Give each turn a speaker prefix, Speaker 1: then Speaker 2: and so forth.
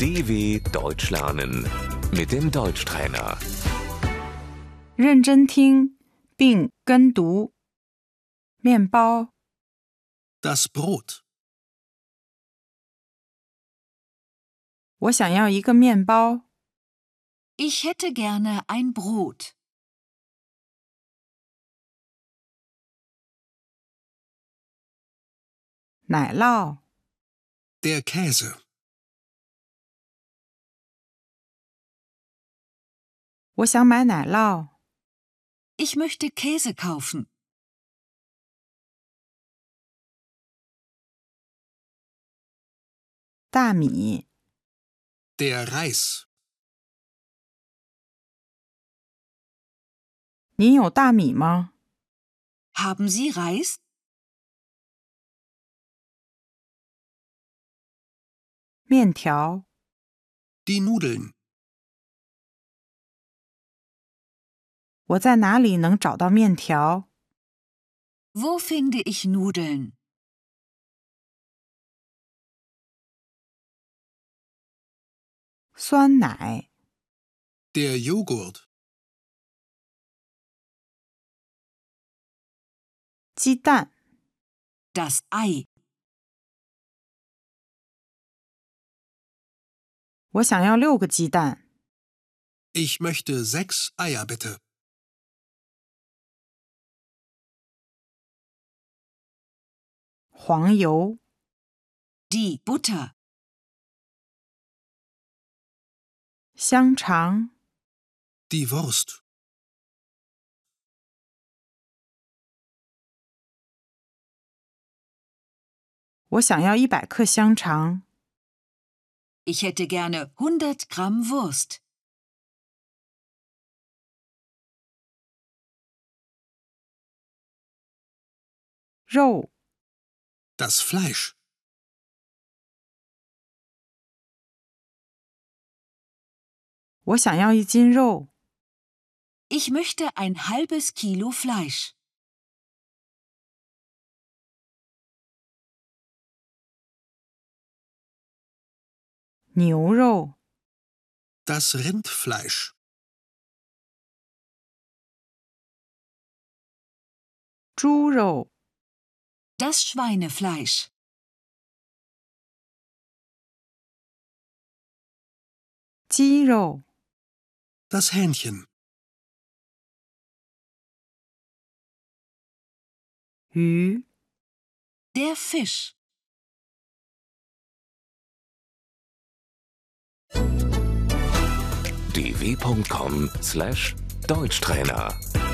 Speaker 1: DW Deutsch lernen mit dem Deutschtrainer.
Speaker 2: 认真听并跟读。面包、
Speaker 3: Das Brot.
Speaker 2: 我想要一个面包。
Speaker 4: Ich hätte gerne ein Brot.
Speaker 2: 奶酪、
Speaker 3: Der Käse.
Speaker 2: 我想买奶酪。
Speaker 4: Ich möchte Käse kaufen.
Speaker 2: 大米、
Speaker 3: Der Reis.
Speaker 2: 您有大米吗？
Speaker 4: Haben Sie Reis?
Speaker 2: 面条、
Speaker 3: Die Nudeln.
Speaker 2: 我在哪里能找到面条？
Speaker 4: Wo finde ich Nudeln?
Speaker 2: 酸奶、
Speaker 3: Der Joghurt.
Speaker 2: 鸡蛋、
Speaker 4: Das Ei.
Speaker 2: 我想要六个鸡蛋。
Speaker 3: Ich möchte sechs Eier bitte.
Speaker 2: 黄油、
Speaker 4: Die Butter.
Speaker 2: 香肠、
Speaker 3: Die Wurst.
Speaker 2: 我想要一百克香肠。
Speaker 4: Ich hätte gerne 100 Gramm Wurst.
Speaker 2: 肉、
Speaker 3: Das Fleisch.
Speaker 2: 我想要一斤肉。
Speaker 4: Ich möchte ein halbes Kilo Fleisch.
Speaker 2: 牛肉、
Speaker 3: Das Rindfleisch.
Speaker 2: 猪肉、
Speaker 4: Das Schweinefleisch.
Speaker 2: 鸡肉、
Speaker 3: Das Hähnchen.
Speaker 2: 鱼、
Speaker 4: Der Fisch.
Speaker 1: dw.com/deutschtrainer